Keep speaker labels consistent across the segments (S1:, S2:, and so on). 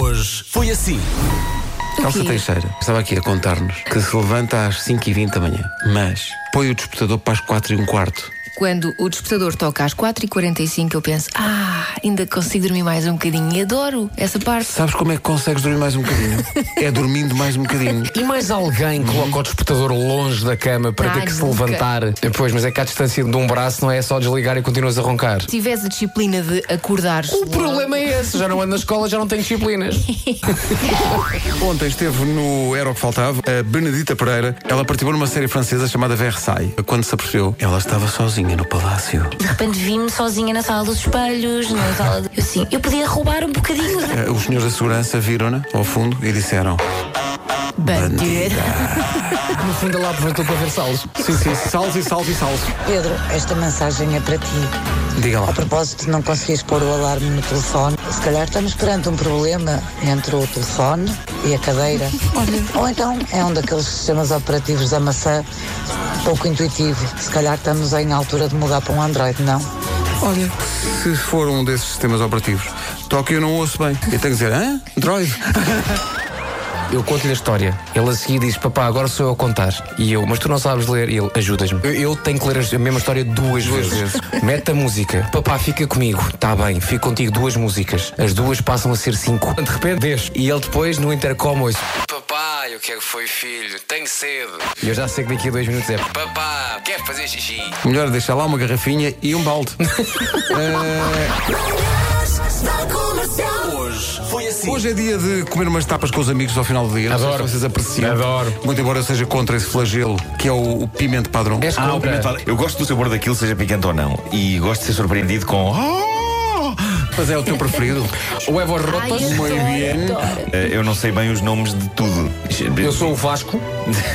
S1: Hoje foi assim. Elsa
S2: quê?
S1: Teixeira estava aqui a contar-nos que se levanta às 5h20 da manhã, mas põe o despertador para as 4 e um quarto.
S2: Quando o despertador toca às 4h45, eu penso, ah, ainda consigo dormir mais um bocadinho. E adoro essa parte.
S1: Sabes como é que consegues dormir mais um bocadinho? é dormindo mais um bocadinho.
S3: E mais alguém coloca o despertador longe da cama para
S2: Ah,
S3: ter que se
S2: nunca.
S3: levantar. Pois, mas é que à distância de um braço não é só desligar e continuas a roncar.
S2: Se tivesse a disciplina de acordar.
S3: O problema é esse, já não ando na escola, já não tenho disciplinas.
S1: Ontem esteve no Era o que Faltava a Benedita Pereira. Ela participou numa série francesa chamada Versailles. Quando se apercebeu, ela estava sozinha no palácio.
S4: De repente vi-me sozinha na sala dos espelhos, na sala de... Eu assim, eu podia roubar um bocadinho de...
S1: Eh, Os senhores da segurança viram-na ao fundo e disseram:
S2: Bandida.
S3: No fundo, ela aproveitou para ver salos.
S1: Sim, sim, salve e salve e salve.
S5: Pedro, esta mensagem é para ti.
S1: Diga
S5: A
S1: lá.
S5: propósito de não conseguires pôr o alarme no telefone, se calhar estamos perante um problema entre o telefone e a cadeira. Ou então é um daqueles sistemas operativos da maçã pouco intuitivo. Se calhar estamos aí na altura de mudar para um Android, não?
S1: Olha, se for um desses sistemas operativos, toca e eu não ouço bem. Eu tenho que dizer: hã? Droid?
S3: Eu conto-lhe a história. Ele a seguir diz: Papá, agora sou eu a contar. E eu, mas tu não sabes ler. E ele, ajudas-me. Eu, eu tenho que ler as- a mesma história duas, vezes. Mete a música. Papá, fica comigo. Tá bem, fico contigo duas músicas. As duas passam a ser cinco. De repente, deixo. E ele depois, no intercom, ouço: Papai, o que é que foi, filho? Tenho sede. E eu já sei que daqui a dois minutos é: Papá, quer fazer xixi?
S1: Melhor deixar lá uma garrafinha e um balde. Hoje é dia de comer umas tapas com os amigos ao final do dia. Não sei
S3: Adoro.
S1: se vocês apreciam.
S3: Adoro.
S1: Muito embora eu seja contra esse flagelo, que é o, o pimento padrão.
S3: És
S6: Ah, o
S3: contra.
S6: pimento padrão. Eu gosto do sabor daquilo, seja picante ou não. E gosto de ser surpreendido com. "Oh!"
S1: Mas é o teu preferido.
S3: O Evo Rotas.
S2: Ai, adoro,
S1: bien.
S2: adoro.
S6: Eh, Eu não sei bem os nomes de tudo.
S3: Eu sou o Vasco,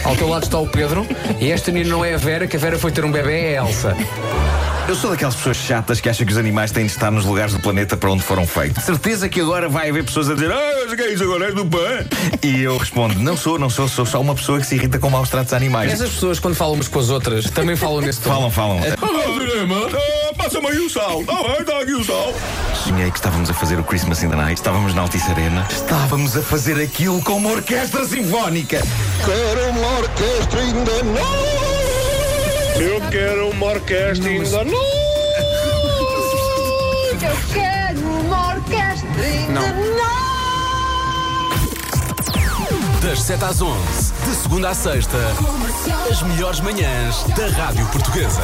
S3: ao teu lado está o Pedro, e esta menina não é a Vera, que a Vera foi ter um bebê, é a Elsa.
S6: Eu sou daquelas pessoas chatas que acham que os animais têm de estar nos lugares do planeta para onde foram feitos. Certeza que agora vai haver pessoas a dizer Ah, mas o que é isso agora? És do PAN? E eu respondo Não sou, não sou, sou só uma pessoa que se irrita com maus tratos a animais.
S3: Essas pessoas, quando falam umas com as outras, também falam nesse tom.
S6: Falam, falam. É, Passa-me aí o sal. Está aqui o sal. Sonhei que estávamos a fazer o Christmas in the Night. Estávamos na Altice Arena. Estávamos a fazer aquilo com uma orquestra sinfónica.
S7: Quero uma orquestra ainda não. Eu quero uma orquestra ainda não.
S8: Eu quero uma orquestra internacional.
S9: Das 7 às 11, de segunda à sexta, as melhores manhãs da Rádio Portuguesa.